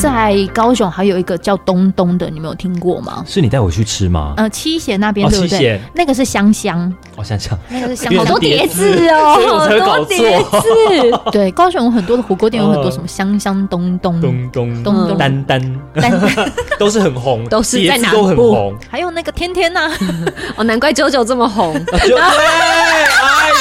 在高雄还有一个叫东东的，你们有听过吗？是你带我去吃啊吗？呃，七贤那边哦对不七对贤？那个是香香，我想想，那个是香因香，为好多叠叠字字哦，所以我才会好搞多叠错字。对，高雄有很多的火锅店，有很多什么香香东东、东东东东丹 丹丹 丹，都是很红，都是叠在字南都很部 红。还有那个天天呐、哦，难怪九九这么红，啊就对，哎呦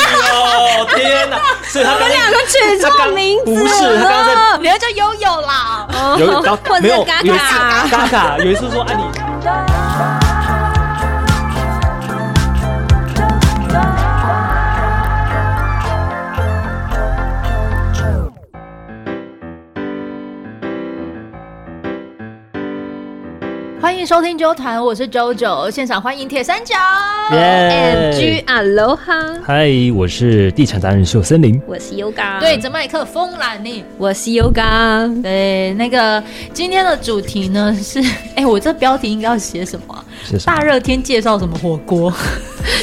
天哪！所以 他们两我取他错刚名字不是他刚刚在了。你们叫悠悠啦。有 然后哦或者没有嘎有一次嘎嘎嘎，有一次说啊你。 欢迎收听周团，我是周九，现场欢迎铁三角。 M G Aloha，嗨，我是地产达人秀森林。我是 Yoga，对，着麦克风啦你。我是 Yoga。对，那个今天的主题呢是，哎，我这标题应该要写什么啊、是什么大热天介绍什么火锅？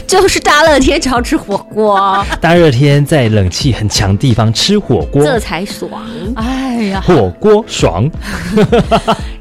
就是大热天只要吃火 锅，大热天在冷气很强地方吃火锅，这才爽。 哎呀，火锅爽。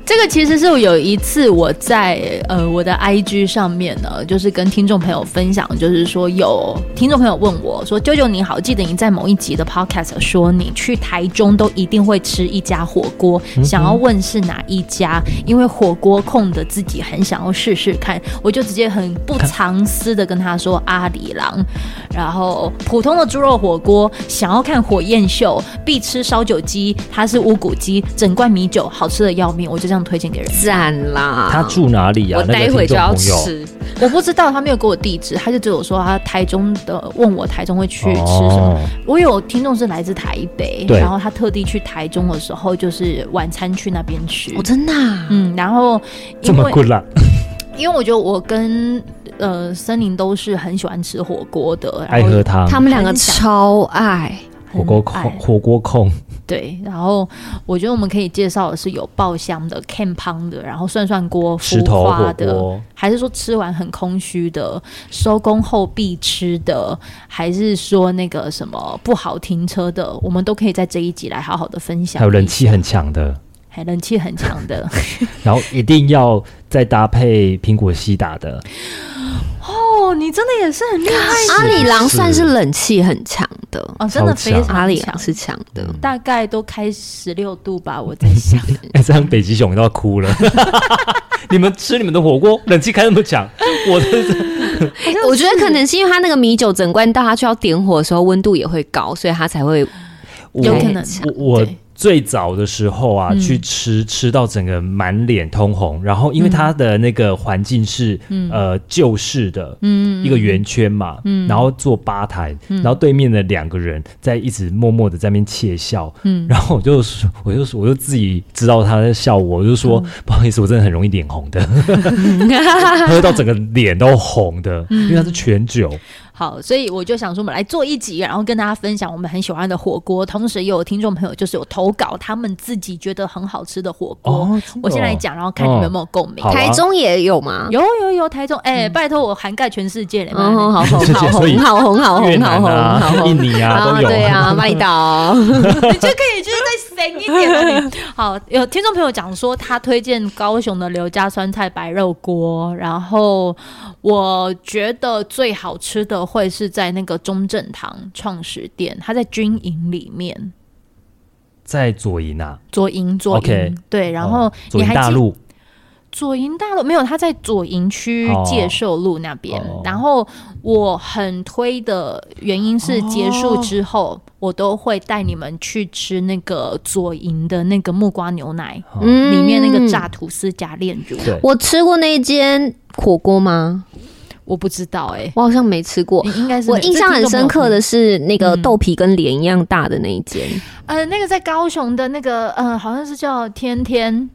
这个其实是有一次我在呃我的 IG 上面呢，就是跟听众朋友分享，就是说有听众朋友问我说：“啾啾你好，记得你在某一集的 Podcast 说你去台中都一定会吃一家火锅，想要问是哪一家？因为火锅控的自己很想要试试看。”我就直接很不藏私的跟他说阿里郎，然后普通的猪肉火锅，想要看火焰秀必吃烧酒鸡，它是乌骨鸡，整罐米酒好吃的要命，我就这样推荐给人。赞啦！他住哪里呀、我啊？那待个会听就众要朋友。吃。我不知道他没有给我地址，他就只有说他台中的，问我台中会去吃什么。哦我有听众是来自台北，对然后他特地去台中的时候，就是晚餐去那边吃。哦，真的啊、嗯，然后这因么为酷啦！哦因为我觉得我跟呃森林都是很喜欢吃火锅的，爱然后喝汤，他们两个超爱，很火锅爱控，火锅控，对，然后我觉得我们可以介绍的是有爆香的、can 汤的，然后涮涮锅、石浮头花火的，锅，还是说吃完很空虚的、收工后必吃的，还是说那个什么不好停车的，我们都可以在这一集来好好的分享。还有人气很强的，还人气很强的然后一定要再搭配苹果西打的， 哦，你真的也是很厉害是阿里郎不是算是冷气很强的，哦，真的非常超强阿里强郎，是强的。大概都开十六度吧，我在想。哎，这样北极熊都要哭了。 你们吃你们的火锅，冷气开那么强，我的我觉得可能是因为他那个米酒整罐到他需要点火的时候温度也会高，所以他才会我有可能我我对最早的时候啊，嗯去吃吃到整个满脸通红，然嗯后因为它的那个环境是、呃旧式的，嗯一个圆圈嘛，然后坐吧台，然后对面的两个人在一直默默的在那边窃笑，嗯然后我就说我就说我就自己知道他在笑我，我就嗯说、不好意思，我真的很容易脸红的， 喝到整个脸都红的，嗯因为它是全酒，好，所以我就想说，我们来做一集，然后跟大家分享我们很喜欢的火锅，同时也有听众朋友就是有投稿他们自己觉得很好吃的火锅。哦真的哦我先来讲，然后看你们有没有共鸣。好啊台中也有吗？有有有，台中，哎、拜托我涵盖全世界了。哦，妈好红，谢谢好所以红，好红，好越红，好南红，啊、好红。印尼啊哦都有，对啊，巴厘岛。的你就可以就是再神一点了你。好，有听众朋友讲说他推荐高雄的刘家酸菜白肉锅，然后我觉得最好吃的会是在那个中正堂创始店，它在军营里面。在左营啊。左营，左营 OK 对，然后哦左你营还大记陆左营大陆没有？他在左营区哦介寿路那边。哦然后我很推的原因是，结束之后、哦我都会带你们去吃那个左营的那个木瓜牛奶，嗯里面那个炸吐司加炼乳。对我吃过那一间火锅吗？我不知道哎、我好像没吃过你。应该是我没有印象很深刻，的是那个嗯豆皮跟脸一样大的那一间，这听众朋友呃，那个在高雄的那个，呃，好像是叫天天。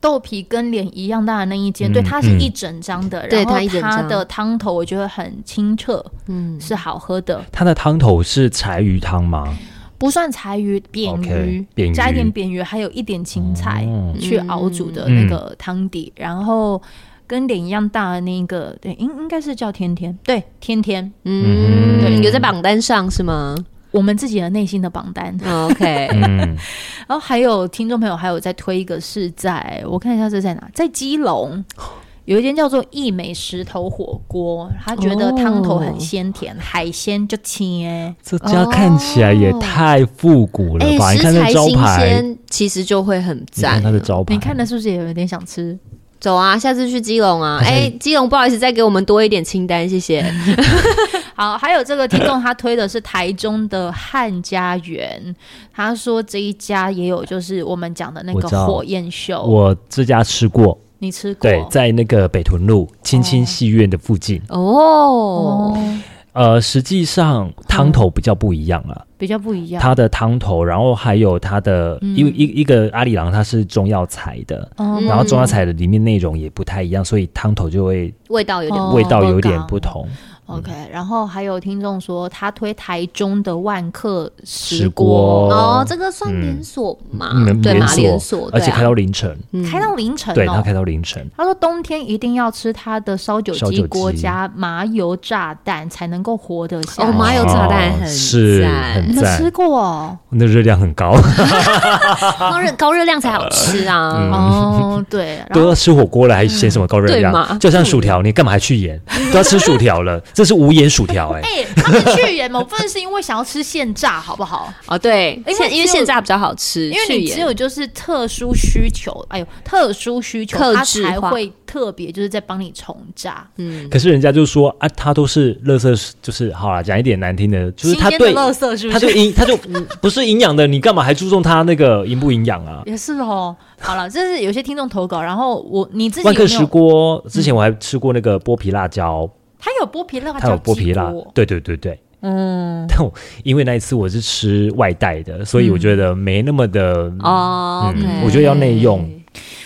豆皮跟脸一样大的那一间，嗯对，它是嗯一整张的，对然后它一整它张的汤头我觉得很清澈，嗯，是好喝的，它的汤头是柴鱼汤吗？不算柴鱼、扁 OK，鱼扁鱼加一点扁鱼，还有一点芹菜、哦嗯去熬煮的那个汤底，然后跟脸一样大的那个，对，应应该是叫天天，对，天天，嗯，嗯有在榜单上是吗？我们自己的内心的榜单。 OK，嗯，然后还有听众朋友还有在推一个是在我看一下是在哪，在基 隆。有一间叫做“益美石头火锅”，他觉得汤头很鲜甜，海鲜就清哎。这家看起来也太复古了哦吧？你看食那材招新牌，鲜其实就会很你看赞它。的招牌，你看了是不是也有点想吃？走啊，下次去基隆啊！ 好像哎、基隆，不好意思，再给我们多一点清单，谢谢。 好，还有这个听众他推的是台中的汉家园，他说这一家也有就是我们讲的那我个知道火焰秀，我这家吃过，你吃哦过？对，在那个北屯路青青戏院的附近。哦，哦，呃，实际上汤头比较不一样啊，比较不一样。它的汤头，然后还有它的，嗯因为一一个阿里郎它是中药材的，哦然后中药材的里面内容也不太一样，所以汤头就会味道有点哦味道有点不同。 OK，然后还有听众说他推台中的万客石石锅锅，哦，这个算连锁嘛？嗯对嘛？连连锁哦锁，，而对且开啊到嗯凌晨，开到凌晨对，它哦。开到凌晨。他说冬天一定要吃他的烧酒烧酒鸡鸡锅加麻油炸弹才能够活得下哦，来。麻油炸弹很哦是赞很你们赞吃过哦？那热量很高，高 热高热量才好吃嗯啊！哦，对，然都后要吃火锅了，还嫌什么高热对嘛量？就像薯条，你干嘛还去盐？都要吃薯条了，这是无盐薯条哎。哎，他们去盐某部分是因为想要吃现炸，好不好？哦，对，因为现因为只有现炸比较好吃，因为 去你盐只有就是特殊需求，哎呦，特殊需求，克他制才化会特别就是在帮你重炸。嗯可是人家就说啊，他都是垃圾，就是好啦，讲一点难听的，就是他对乐色是他就营他就嗯不是营养的，你干嘛还注重他那个营不营养啊？ 也是哦，好了，这是有些听众投稿，然后我你自己有万没有客石锅之前我还吃过那个剥皮辣椒，它有剥皮辣椒，它有剥皮辣，对对对对。嗯，但我因为那一次我是吃外带的，所以我觉得没那么的，哦嗯， ，OK，我觉得要内用。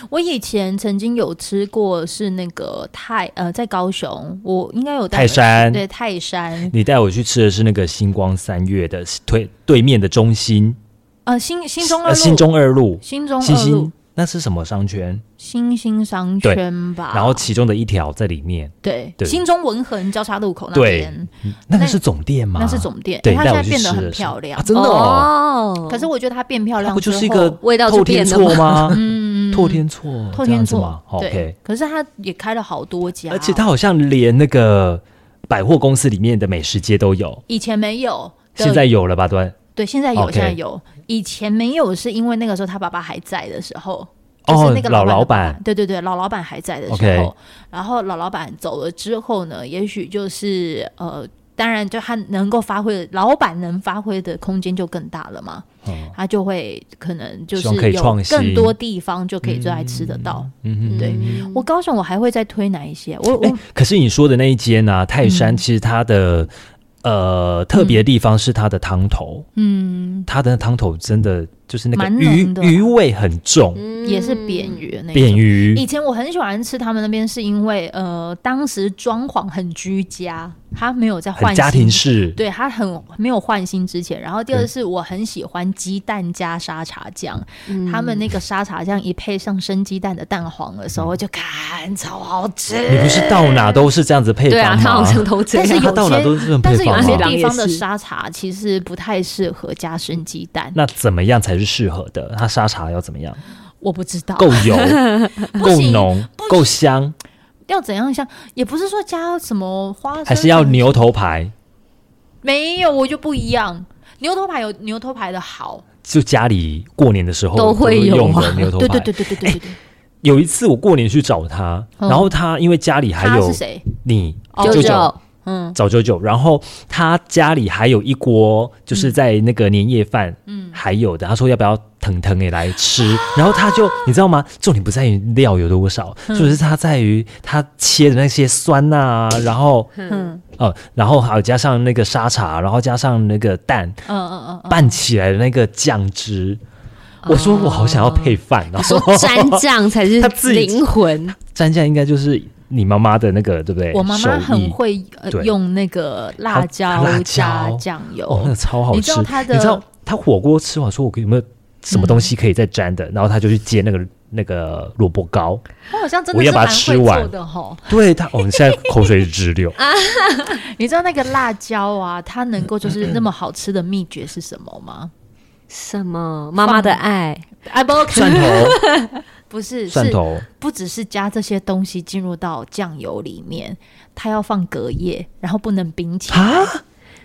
我以前曾经有吃过，是那个泰呃，在高雄，我应该有带泰山。对泰山，你带我去吃的是那个星光三月的对对面的中心，呃，新新中二呃路，新中二路，新中新二路兴那是什么商圈？新兴商圈吧，然后其中的一条在里面，对对新中文横交叉路口那对边，那那个是总店吗？那是总店，对，哎它现在带我去变得吃很的时候漂亮啊，真的哦，哦可是我觉得它变漂它亮，不就是一个味道透就变天了吗错 吗？透天错，嗯透这天样子厝吗？OK，哦对，可是它也开了好多家哦，而且它好像连那个百货公司里面的美食街都有，以前没有，对现在有了吧？对，对，现在有， OK 现在有。以前没有，是因为那个时候他爸爸还在的时候，就哦是那个老老老板的爸爸板，对对对，老老板还在的时候 OK 然后老老板走了之后呢，也许就是呃。当然，就他能够发挥的，老板能发挥的空间就更大了嘛，嗯他就会可能就希是望可以有创新更多地方就可以再来吃得到。嗯对我高雄，我还会再推哪一些？我我、哼，哎，可是你说的那一间呢，泰嗯山其实它的。呃，特别的地方是它的汤头，嗯，它的汤头真的就是那个蛮鱼浓的嗯鱼味很重，也是扁鱼的那扁种鱼以前我很喜欢吃他们那边，是因为呃，当时装潢很居家，它没有在换很家新，庭式，对它很没有换新之前。然后第二是我很喜欢鸡蛋加沙茶酱，嗯嗯他们那个沙茶酱一配上生鸡蛋的蛋黄的时候，就看超好嗯你吃。不是到哪都是这样子配对方啊，吗？他好像都这但样。是它到哪有都是这些种，但是配有方啊些地方的也是沙茶其实不太适合加生鸡蛋，那怎么样才是适合的？它沙茶要怎么样？我不知道够 油、够哦行浓、够香，要怎样像，也不是说加什么花生，还是要牛头牌？没有，我就不一样。牛头牌有牛头牌的好，就家里过年的时候都会有哦啊用的牛头牌。对对对对对对对 对。有一次我过年去找他，嗯然后他因为家里还他有是谁？你哦九舅九，嗯，找九九，然后他家里还有一锅，就是在那个年夜饭，嗯，还有的。他说要不要腾腾也来 吃，然后他就你知道吗？重点不在于料有多少，嗯就是它在于他切的那些酸啊，然后嗯呃，然后还有加上那个沙茶，然后加上那个蛋嗯嗯嗯，拌起来的那个酱汁。哦我说我好想要配饭，哦然后说蘸酱才是他自己灵魂，蘸酱应该就是你妈妈的那个对不对？我妈妈手艺很会呃对用那个辣椒她辣椒加酱哦，那油个，超好吃。你知道她的你知道她火锅吃完说，我有没有什么东西可以再沾嗯的，然后他就去煎那个那个萝卜糕。 我好像真我的是要把蛮它吃会做完的吼。对他，哦，你现在口水 直流。啊你知道那个辣椒啊，它能够就是那么好吃的秘诀是什么吗？什么妈妈的爱，哎，不， 蒜头，不是，蒜是头，不只是加这些东西进入到酱油里面，它要放隔夜，然后不能冰起来。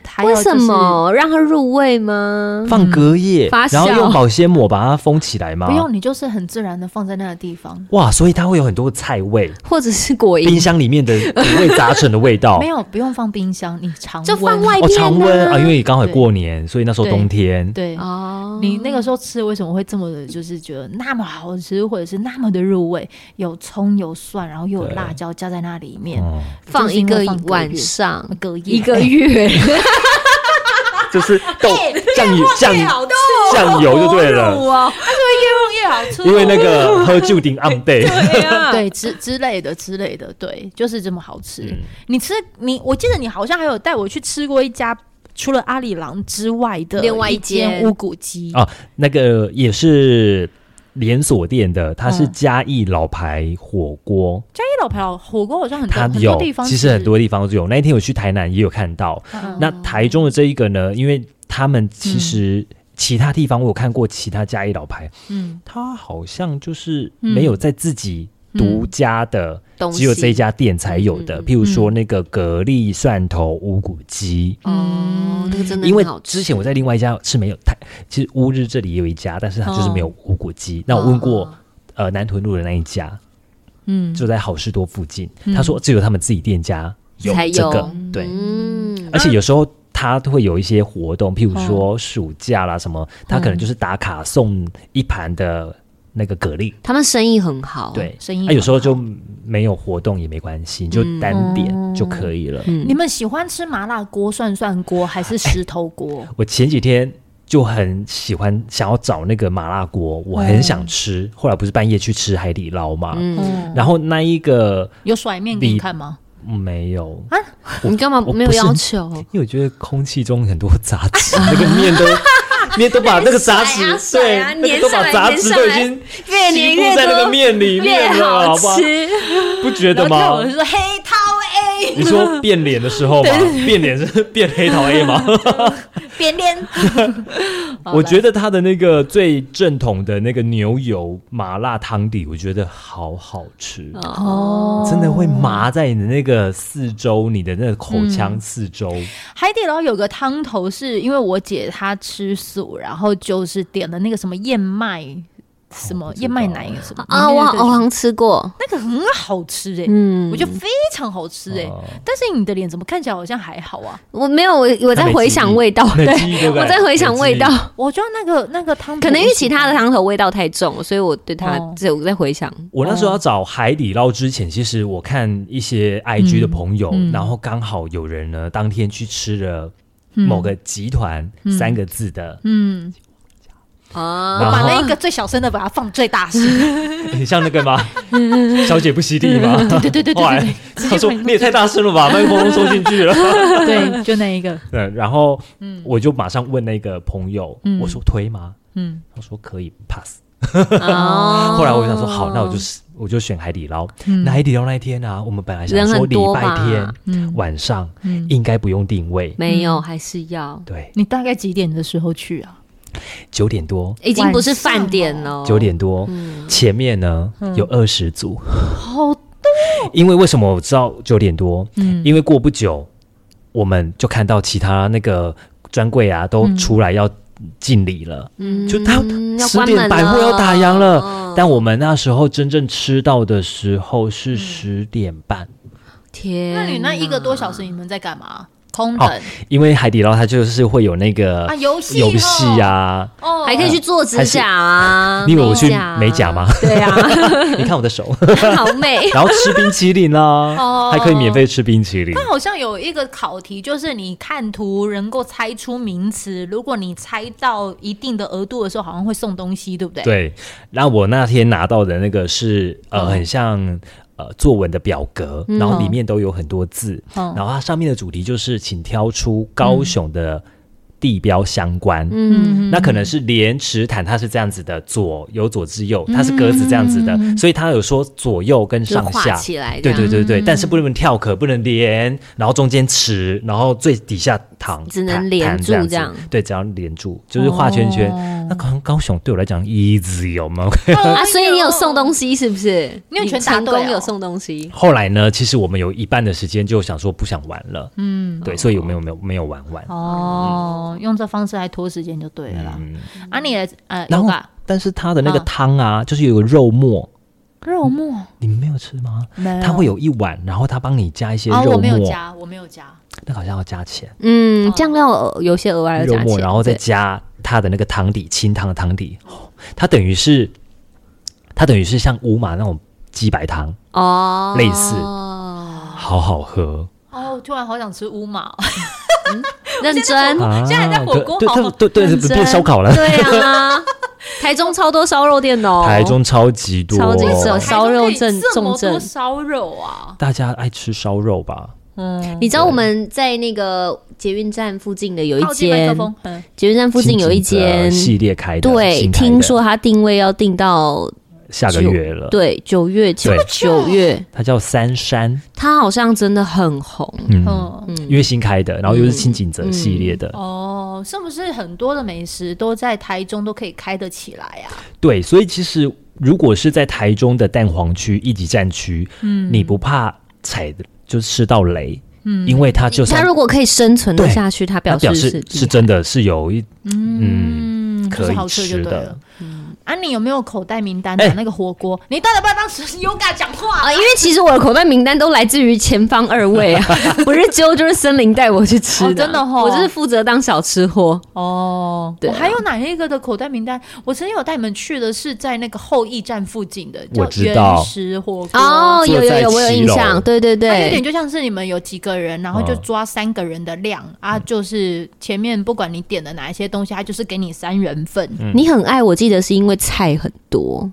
它要为就是什么让它入味嗯吗？放隔夜发，然后酵用保鲜膜把它封起来吗？不用，你就是很自然的放在那个地方。哇，所以它会有很多菜味，哎或者是果冰蝇，箱里 面的五味杂陈的味道没。有，不用放冰箱，你常温就放外哦，面常温啊，因为刚好对过年，所以那时候对冬天。对。哦，你那个时候吃为什么会这么的，就是觉得那么好吃，或者是那么的入味？有葱有蒜，然后又有对辣椒加在那里面，哦，放一就是个因为放隔夜晚上， 隔夜一个月， 就是豆哎酱油酱好多酱油就对了，哦，越越好吃哦因为那个 喝酒顶 on day，对啊呀，对之之类的之类的，对，就是这么好吃。嗯你吃你，我记得你好像还有带我去吃过一家除了阿里郎之外的另外一一间间乌骨鸡啊 那个也是连锁店的，它是嗯嘉义老牌火锅，嘉义老牌老火锅好像很多它嗯很多有地方，其实是很多地方都有。那一天我去台南也有看到，嗯那台中的这一个呢，因为他们其实其他地方我有看过其他嘉义老牌，嗯它好像就是没有在自己嗯独家的，东西只有这一家店才有的。嗯譬如说那个蛤蜊蒜头五谷鸡，哦，那个真的因为很好吃之前我在另外一家是没有台，其实乌日这里也有一家，但是它就是没有五谷鸡。那我问过、哦呃南屯路的那一家，嗯，就在好事多附近，嗯他说只有他们自己店家有才有这个，对，嗯，而且有时候。他会有一些活动，譬如说暑假啦什么，他嗯可能就是打卡送一盘的那个蛤蜊，他们生意哦很好，对，啊生意那、有时候很好就没有活动也没关系，你就单嗯点就可以了。你们喜欢吃麻辣锅、涮涮锅还是石头锅？我前几天就很喜欢想要找那个麻辣锅，我很想吃。后来不是半夜去吃海底捞嘛，嗯，嗯，然后那一个有甩面给你你看吗？没有，我你干嘛我没有不是要求？因为我觉得空气中很多杂质，那个面都。 面都把那个杂质，甩啊甩对，啊那个都粘上把来杂粘质上都已来经越吸粘附越在那个多面里越面了，好好不好？吃，不觉得然吗？后看我就说黑桃哎 A 你说变脸的时候 吗？变脸是变黑桃 A 吗？扁脸，我觉得它的那个最正统的那个牛油麻辣汤底，我觉得好好吃，哦真的会麻在你的那个四周，你的那个口嗯腔四周。海底捞有个汤头是，因为我姐她吃素，然后就是点了那个什么燕麦，什么不哦知道燕麦奶什么啊！我那我个好像吃过，那个很好吃哎、嗯我觉得非常好吃哎、哦但是你的脸怎么看起来好像还好啊？我没有，我我它在没回记忆想味道，哦没对记忆对不对我在回想没记忆味道，我觉得那个那个汤头 可能因为其他我的喜欢汤头味道太重，所以我对它哦只有在回想。我那时候要找海底捞之前，其实我看一些 IG 的朋友，嗯嗯然后刚好有人呢当天去吃了某个集团三个字的，嗯，啊，我把然后那一个最小声的把它放最 大声，很像那个吗？嗯小姐不吸地吗？对对对对后来对他说你也太大声 了吧，麦克风都收进去了。对对， 就那一个，对，然后我就马上问那个朋友，嗯我说推吗？嗯，他说可以 pass。哦后来我就想说，好，那我就是我就选海底捞。嗯那海底捞那一天啊，我们本来想人很说礼多拜吧天、嗯晚上、应该不用定位，没有，还是要，对，你大概几点的时候去啊？九点多，已经不是晚上饭点哦嗯了，嗯嗯九点多，前面呢有二十组，好，因为为什么我知道九点多？嗯因为过不久我们就看到其他那个专柜啊都出来要敬礼了，嗯就他要十关门点百货要打烊了。哦但我们那时候真正吃到的时候是十点半，天哪，那你那一个多小时你们在干嘛？空哦等因为海底捞它就是会有那个啊，游戏游戏，啊。哦，还可以去做指甲啊？你以为我去啊美甲吗？？对啊， 你看我的手，好美。然后吃冰淇淋哦啊，还可以免费吃冰淇淋。它好像有一个考题，就是你看图能够猜出名词，如果你猜到一定的额度的时候，好像会送东西，对不对？，对，那我那天拿到的那个是呃，嗯很像呃作文的表格，然后里嗯面都有很多字，嗯然后它上面的主题就是请挑出高雄的地标相关，嗯，那可能是莲池潭，它是这样子的，左由左至右，它是嗯格子这样子的，所以它有说左右跟就上画下。起来，对对，对对，嗯但是不能跳可，不能连，然后中间池，然后最底下躺，只能躺连躺住这样子这样对，只要连住就是画圈圈。哦那可能高雄对我来讲 easy 哦嘛。啊，所以你有送东西是不是？你有全答成对哦功有送东 西，后来呢，其实我们有一半的时间就想说不想玩了，嗯，对，所以我们有没有没有玩完。哦，用这方式来拖时间就对了啦。嗯，啊，你的呃，然有后吧？但是它的那个嗯汤啊，就是有肉末，肉末你们没有吃吗？没有，它会有一碗，然后它帮你加一些嗯哦，我肉没有末，加，我没有加。那好像要加钱，哦嗯，酱料有些额外的肉加末，钱，然后再对加它的那个汤底，清汤的汤底，哦它等于是它等于是像乌马那种鸡白汤，哦，类似好好喝。哦，突然好想吃乌马，哦认真，啊现在还在火锅对好好对对对，认不真变烧烤了。对啊， 台中超多烧肉店的哦，台中超级多，超级多烧肉台中可以症这么重多症烧肉啊，大家爱吃烧肉吧？嗯，你知道我们在那个捷运站附近的有一靠近麦克间，风，嗯捷运站附近有一亲子的，间系列开的，对，新开的听说它定位要定到下个月了，，对九月九对九月，它叫三山，它好像真的很红，嗯，嗯。嗯，因为新开的，然后又是清景泽系列的，哦，是不是很多的美食都在台中都可以开得起来啊？对，所以其实如果是在台中的蛋黄区一级战区，嗯，你不怕踩的就吃到雷，嗯，因为它就它算如果可以生存的下去，它它表表示示是是真的是有一嗯嗯，就可是以好吃就吃对的了。，啊，你有没有口袋名单啊？哎那个火锅，你到底要不要当时勇敢讲 话啊，因为其实我的口袋名单都来自于前方二 位啊，不是揪就是森林带我去吃哦真的哦我就是负责当小吃货。哦，对我啊还有哪一个的口袋名单？我曾经有带你们去的是在那个后驿站附近的，叫我知道原石火锅。哦，有有坐有，在我有印七楼象，对对它有点对，就像是你们有几个人，然后就嗯抓三个人的量、啊，就是前面不管你点的哪一些东西，它就是给你三人份。嗯你很爱，我记得是因为菜很多，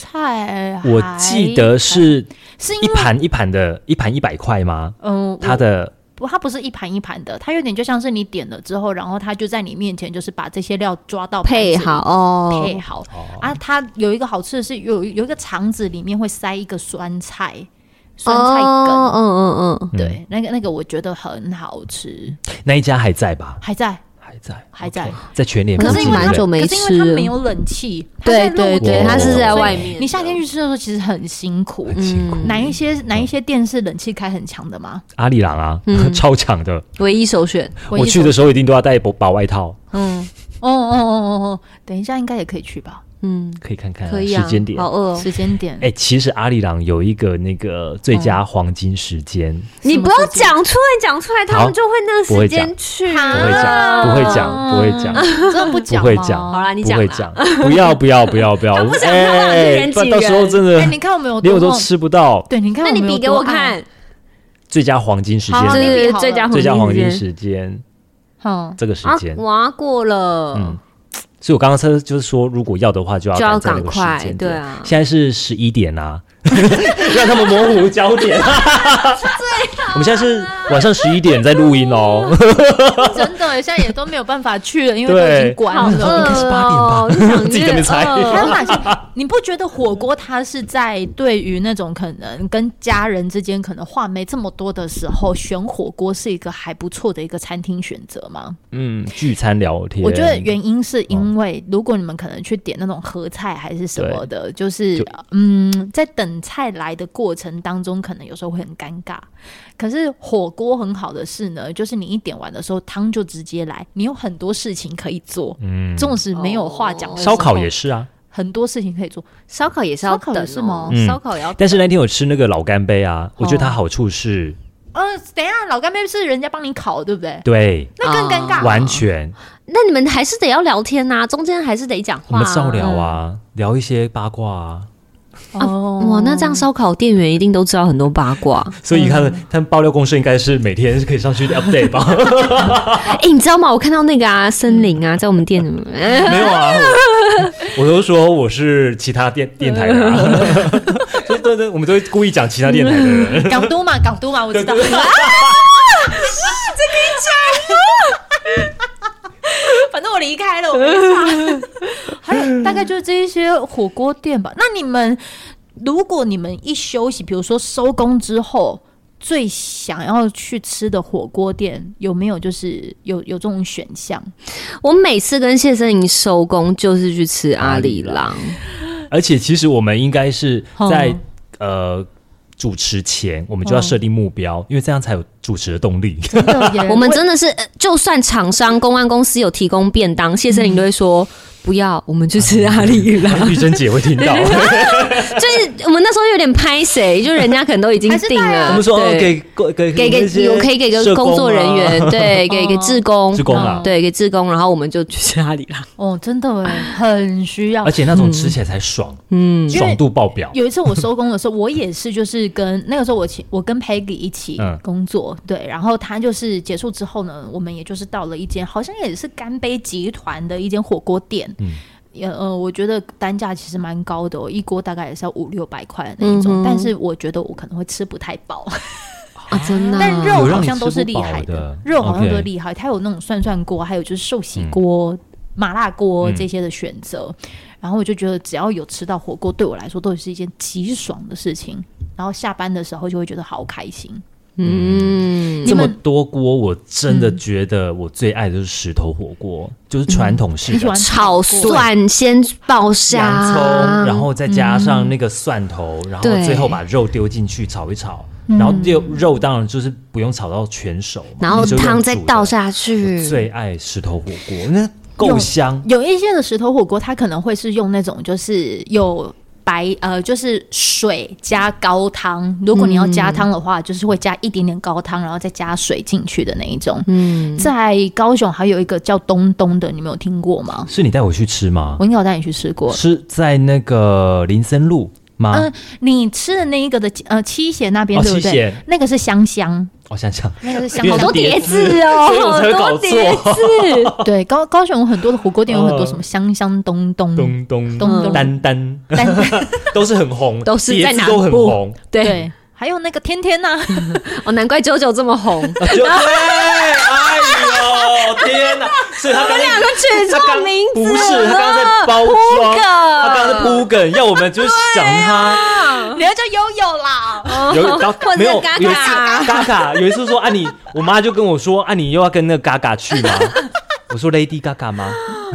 菜还，我记得是是因一为盘一盘的，一盘一百块吗？嗯，它的不，它不是一盘一盘的，它有点就像是你点了之后，然后它就在你面前，就是把这些料抓到配盘子好哦，配好、啊。它有一个好吃的是有有一个肠子里面会塞一个酸菜，酸菜梗，哦嗯嗯嗯，对，那个那个我觉得很好吃，那一家还在吧？还在。还在，还在 OK，在全联嗯可可是附因近，为蛮它对不对久没可是因为它吃了没有冷气，它在对露对对，天它是在所以外面，你夏天去吃的嗯时候，其实很辛嗯苦。很辛苦。哪一些哪一些店是冷气开很强的吗？阿里郎啊，嗯超强的，唯一首选，我一去的时候一定都要带薄薄外套，嗯，哦哦哦哦哦，等一下应该也可以去吧？嗯，可以看看啊可以啊，时间点好。饿哦，时间点，哎，其实阿里郎有一个那个最佳嗯黄金时间，你不要讲出来，讲出来他好们就会那个不会时讲间去，啊不不会讲，不会讲，不会讲，真的不讲不会吗哎讲好啦，嗯你不讲会啦，讲，不要不要不要不要， 他不想哎他不想去人挤不然到时候人真哎，你的看我们有连我多都么吃不到对，你看那你们有比给多我爱看，，最佳黄金时好就你间，比是好最佳了最佳黄黄金金时间时间嗯，这个时间啊，，哇，过了，嗯，所以我刚刚说就是说，如果要的话，就要就要赶在那赶个快时间点对啊现在是十一点 啊， 让他们模糊焦点。我们现在是晚上十一点在录音 哦，真的现在也都没有办法去了，因为都对已经关好了。应该是饿八点吧哦，就想 自己在约那边猜饿还有哪些？你不觉得火锅它是在对于那种可能跟家人之间可能话没这么多的时候，选火锅是一个还不错的一个餐厅选择吗？嗯，聚餐聊天。我觉得原因是因为如果你们可能去点那种合菜还是什么的，就是就嗯，在等菜来的过程当中，可能有时候会很尴尬。可是火锅很好的是呢，就是你一点完的时候，汤就直接来，你有很多事情可以做，嗯，哦纵使没有话讲的时候，烧烤也是啊，很多事情可以做。烧烤也是要烧烤等也哦是吗嗯烧烤也要等，但是那天我吃那个老干杯啊，我觉得它好处是，呃，等一下，老干妹是人家帮你烤，对不对？对，那更尴尬。啊完全那你们还是得要聊天呐，中间还是得讲我话啊，们照聊啊，聊一些八卦啊。哦哇，那这样烧烤店员一定都知道很多八卦。 所以他们他们爆料公社应该是每天是可以上去 update 吧？哎、你知道吗？我看到那个啊，森林啊，在我们店里面，哎没有啊，我我都说我是其他电电台的、啊， 对对对，我们都会故意讲其他电台的人。港都嘛，港都嘛，我知道。对对对啊 反正我离开了，我没差。还有大概就是这一些火锅店吧。那你们如果你们一休息，比如说收工之后，最想要去吃的火锅店有没有就是有有这种选项？我每次跟谢森莹收工就是去吃阿里郎，而且其实我们应该是在、嗯呃主持前，我们就要设定目标，因为这样才有主持的动力。 真的耶我们真的是，呃就算厂商、公安公司有提供便当，谢森莹都会说。不要，我们去吃阿里郎。 玉珍姐会听 到，就是我们那时候有点拍谁，就人家可能都已经还是定带啊了。我们说哦对给给给给那些有可以给社个工啊工作人员，对，给给哦志工，志工啊嗯，对，给志工，然后我们就去吃阿里郎。哦，真的哎，很需要 而。且那种吃起来才爽，嗯，爽度爆表。有一次我收工的时候，我也是，就是跟那个时候我起我跟 Peggy 一起嗯工作，对，然后他就是结束之后呢，我们也就是到了一间好像也是干杯集团的一间火锅店，嗯也呃，我觉得单价其实蛮高的、哦，一锅大概也是要五六百块的那一种，嗯哼但是我觉的我可能会吃不太饱，啊，真的啊，但肉有让好你像吃都是不厉饱害的肉好像都 OK 厉害，它有那种涮涮锅，还有就是寿喜锅、麻辣锅嗯这些的选择。然后我就觉得，只要有吃到火锅，对我来说都是一件极爽的事情。然后下班的时候就会觉得好开心。嗯，你这么们多锅，我真的觉得我最爱的就是石头火锅，就是传统式你喜的欢炒火锅蒜先爆沙，洋葱，嗯然后再加上那个蒜头，然后对最后把肉丢进去炒一炒，然后肉肉当然就是不用炒到全熟嘛，然后你就用汤再煮的倒。下去我，最爱石头火锅，那够香。嗯有一些的石头火锅，它可能会是用那种就是有白呃，就是水加高汤。如果你要加汤的话，就是会加一点点高汤，然后再加水进去的那一种。嗯，在高雄还有一个叫东东的，你们有听过吗？是你带我去吃吗我？应该有带你去吃过。是在那个林森路吗？嗯，你吃的那一个的呃七贤那边、哦对不七对贤？那个是香香，哦我想想，那个是香因为好多香。碟子哦，所以 我好才会多搞碟错 子，对，高高雄有很多的火锅店，有很多什么香香东东、东嗯东东东丹丹丹丹， 都是很红， 都是碟在子哪都很部 红。对，对，还有那个天啊天呐、哦，难怪九九这么红，啊就对，哎呦天 哪！所以 他刚刚取他刚错名字不是他刚刚在包铺装，梗他刚刚在铺梗，要我们就是想他你要叫悠悠啦。有到啊或者没有有一嘎嘎次嘎嘎有一次说啊你，我妈就跟我说啊你又要跟那个嘎嘎去吗？我说 Lady Gaga 吗？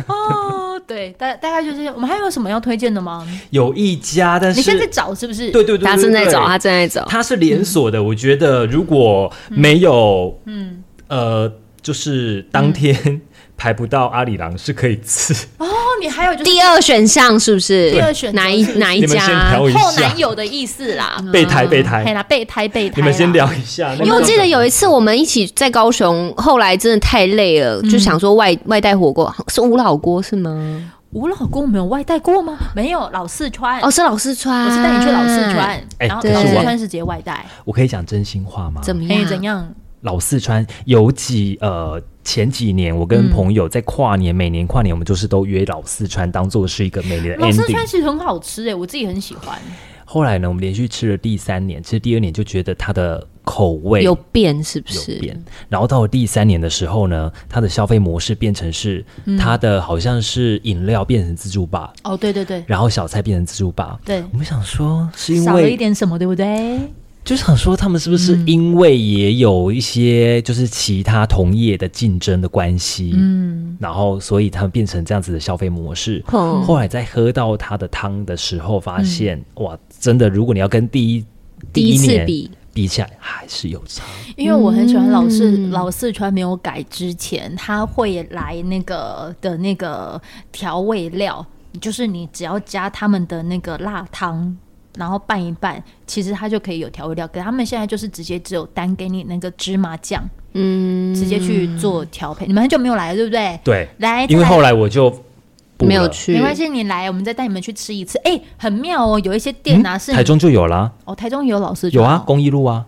哦，对，大大概就是这样我们还有什么要推荐的吗？有一家，但是你现在找是不是？对对对对，他正在对走，他正在走，它是连锁的，我觉得如果没有，嗯，呃，就是当嗯天 排不到阿里郎是可以吃。哦，你还有就是第二选项是不是？第二选择哪一是不是哪一你们先家？聊一后下男，友的意思啦，备胎备嘿胎，啦，备胎备胎。嗯你们先。聊一下。因为 我记得有一次，次我们一起在高雄，后来真的太累了，就想说外外带火锅是五老锅是吗？吴老公没有外带过吗？没有，老四川。哦，是老四川，哎我是啊哎带你去老四，川，哎然后可是老四我川是直接外带，我可以讲真心话吗？怎么哎、样？怎？样？老四川有几呃。前几年，我跟朋友在跨年，每年跨年我们就是都约老四川，当做是一个每年的老四川 ending。其实很好吃哎、我自己很喜欢。后来呢，我们连续吃了第三年，其实第二年就觉得它的口味有变是不有是？变。然后到了第三年的时候呢，它的消费模式变成是，嗯它的好像是饮料变成自助吧，哦，对对对然后小菜变成自助吧。对我们想说是因少了一为，点什么，对不对？就想说他们是不是嗯因为也有一些就是其他同业的竞争的关系，嗯，然后所以他们变成这样子的消费模式。哦嗯后来在喝到它的汤的时候，发现、哇，真的，如果你要跟第一第一次年比比起来，还是有差。因为我很喜欢老四、老四川没有改之前，他会来那个的那个调味料，就是你只要加他们的那个辣汤。然后拌一拌，其实它就可以有调味料。可他们现在就是直接只有单给你那个芝麻酱，嗯，直接去做调配。你们很久没有来了，对不对？对，来，因为再来后来我就不哎没有了去，没关系，你来，我们再带你们去吃一次。哎、很妙哦，有一些店啊、是嗯台中就有啦，哦，台中也有老四有川啊，哦，公益路啊，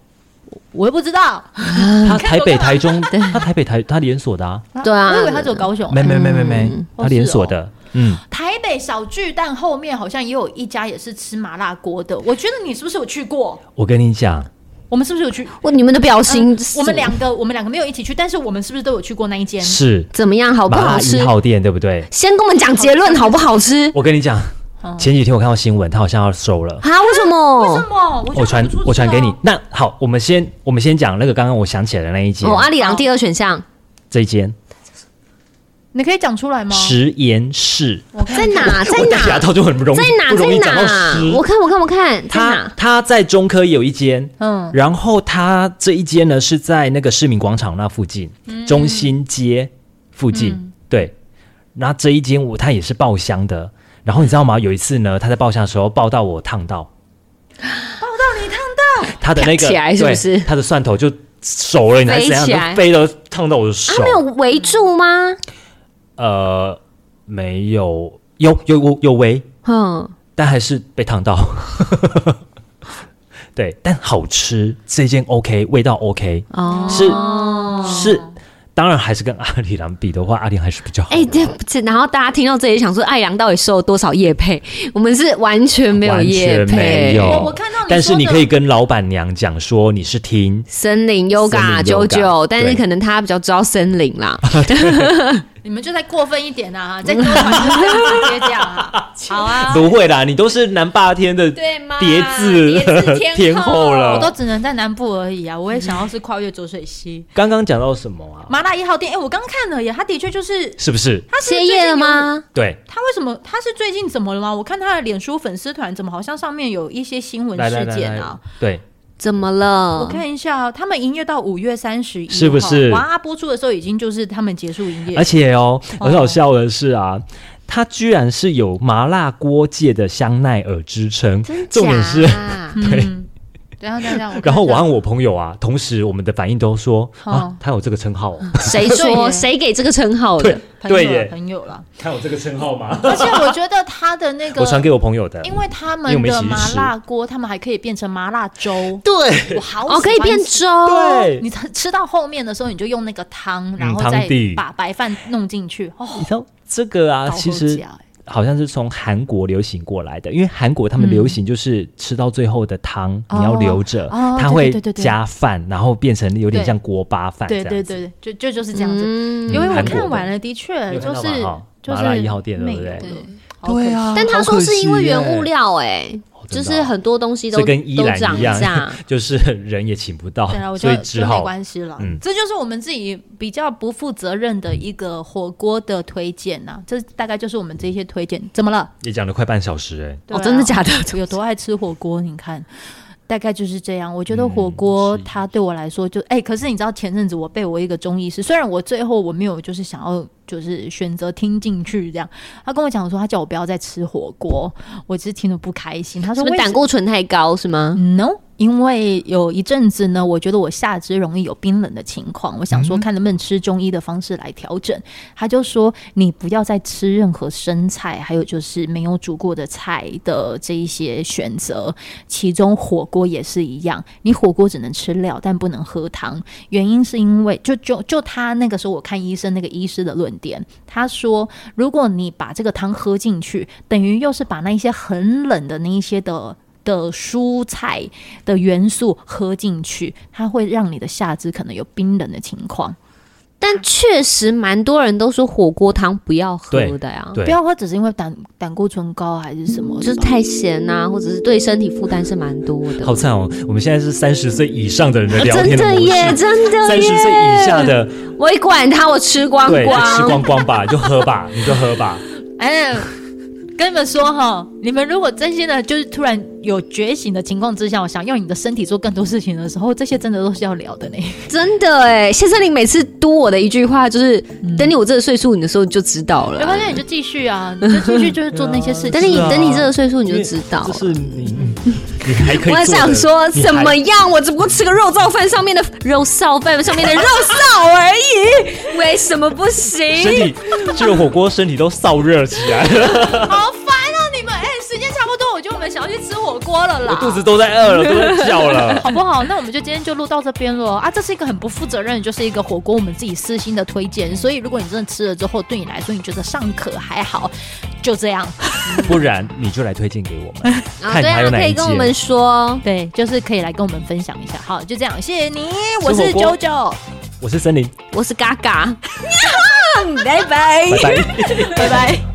我又不知道，嗯它台北、台中， 它台北台它连锁的啊，对啊我以为他只有高雄、没没没没没，哦它连锁的，嗯，台北小巨蛋后面好像也有一家也是吃麻辣锅的，我觉得你是不是有去过？我跟你讲，我们是不是有去？我你们的表情嗯，我们两个我们两个没有一起去，但是我们是不是都有去过那一间？是怎么嗯样？好不麻好辣一吃？号店，对不对？先跟我们讲结论，好不好吃？我跟你讲，嗯前几天我看到新闻，他好像要收了。啊？为什为什么？么？觉得我传不出去啊我传给你啊了。那好，我们先我们先讲那个刚刚我想起来的那一间，哦，阿里郎第二选项这一间你可以讲出来吗？食盐室我看在哪？哦啊在我戴牙哪？套就很不容易，在哪？不容易在讲到哪食？。我看，我看，我看，在他哪？他在中科有一间，嗯然后他这一间呢是在那个市民广场那附近，嗯中心街附近。对，那这一间我他也是爆香的。然后你知道吗？有一次呢，他在爆香的时候爆到我烫到，哦爆到你烫到，他的那个飘起来是不是对他的蒜头就熟了，你还是怎飞起来样，都飞到烫到我的手。他啊没有围住吗？呃，没有，有有有有围，嗯，但还是被烫到。 对，但好吃，这件 OK，味道 OK，、哦，是是，哦当然还是跟阿里郎比的话，阿里还是比较好的。哎，这这，然后大家听到这里想说，艾良到底收了多少业配？我们是完全没有完业全没配，有，哎我我看到你但是说你的可以跟老板娘讲说你是听，森林森 Yoga 林九 Yoga，九，但是对可能他比较知道森林 啦。你们就再过分一点啊！再多传就这样直接讲啊！好啊，不会啦，你都是南霸天的对吗叠字叠字天 后天后我都了。只能在南部而已啊！我也想要是跨越浊水溪刚刚讲到什么啊？麻辣一号店。哎，我刚看了耶，他的确就是是不是？他歇业了？吗？对，他为什么？他是最近怎么了吗？我看他的脸书粉丝团怎么好像上面有一些新闻来来事来件来啊？，对，怎么我了？看一下，他们营业到五月三十一，是不是哇，播出的时候已经就是他们结束营业而，且哦，哦很好笑的是啊，它居然是有麻辣锅界的香奈儿之称真，重点假是。对嗯，等一下等一下，我看一下然后我和我朋友啊，同时我们的反应都说、哦啊，他有这个 称号哦，谁对耶说谁给这个称号的？朋友对了耶朋友了，他有这个称号吗？而且我觉得他的那个，我传给我朋友的，因为他因为我们们一的起去麻吃辣锅，他们还可以变成麻辣粥，对我好哦，可以喜欢变吃。粥。对，哦你吃到后面的时候，你就用那个汤，然后嗯汤再底把白饭弄进去。你哦，知道这个啊，好其好实吃啊哎好像是从韩国流行过来的，因为韩国他们流行就是吃到最后的汤、哦你要留着，哦它对会对对对对加饭，然后变成有点对像锅巴饭哎这对样子。对对，对就就就是这样子。嗯因为我韩国的看完了，的确有就看到是吧哈就是麻辣一号店对不美对哦的对？好可惜，但他说是因为原物料。料、欸，哦就真的是哦很多东西都这跟依都然涨一样 价。啊就是人也请不到对啊，我，觉所以得只就没好关系了。嗯这就是我们自己比较不负责任的一个火锅的推荐呐、这大概就是我们这些推荐。怎么 了？也讲了快半小时哎、对啊哦，真的假的？有多爱吃火锅？你看。大概就是这样，我觉得火锅嗯是它对我来说就哎、可是你知道前阵子我被我一个中医师，虽然我最后我没有就是想要就是选择听进去这样，他跟我讲说他叫我不要再吃火锅，我其实听得不开心。他什说么为什胆么固醇太高是吗？ No，因为有一阵子呢，我觉得我下肢容易有冰冷的情况，我想说看能不能吃中医的方式来调整。他就说你不要再吃任何生菜，还有就是没有煮过的菜的这一些选择，其中火锅也是一样，你火锅只能吃料，但不能喝汤。原因是因为就就就他那个时候我看医生那个医师的论点，他说如果你把这个汤喝进去，等于又是把那一些很冷的那一些的。的蔬菜的元素喝进去，它会让你的下肢可能有冰冷的情况。但确实蛮多人都说火锅汤不要喝的呀、对啊嗯不要喝，只是因为胆胆固醇高还是什么？就是太咸呐、或者是对身体负担是蛮多的。好惨哦！我们现在是三十岁以上的人啊的聊真天的模耶，式，真的三十耶！岁以下的我一管他，我吃光对，就光。吃光光吧，就喝吧，你就喝吧。哎，跟你们说哈，你们如果真心的，就是突然有觉醒的情况之下，我想用你的身体做更多事情的时候，这些真的都是要聊的呢。真的哎，谢森林每次嘟我的一句话就是：嗯等你我这个岁数，你的时候你就知道没了。关系，你就继续啊，你就继续就是做那些事情。等你是啊等你这个岁数，你就知道这了。嗯是你，你还可以做的。我想说你还怎么样？我只不过吃个肉燥饭上面的肉臊饭上面的肉臊而已，为什么不身行？体这个火锅身体都燥热起来了。好烦啊！你们哎、时间差不多，我觉得我们想要去吃火锅多了啦我。肚子都在饿了，都在叫了。 好不好？那我们就今天就录到这边了啊！这是一个很不负责任，就是一个火锅我们自己私心的推荐，所以如果你真的吃了之后，对你来说你觉得尚可还好，就这样。不然你就来推荐给我们，啊，看你对还有啊，哪可一以届跟我。们说。对，就是可以来跟我们分享一下。好，就这样，谢谢你，我吃火是锅九九，我是森林，我是嘎嘎，拜拜拜 拜。拜拜。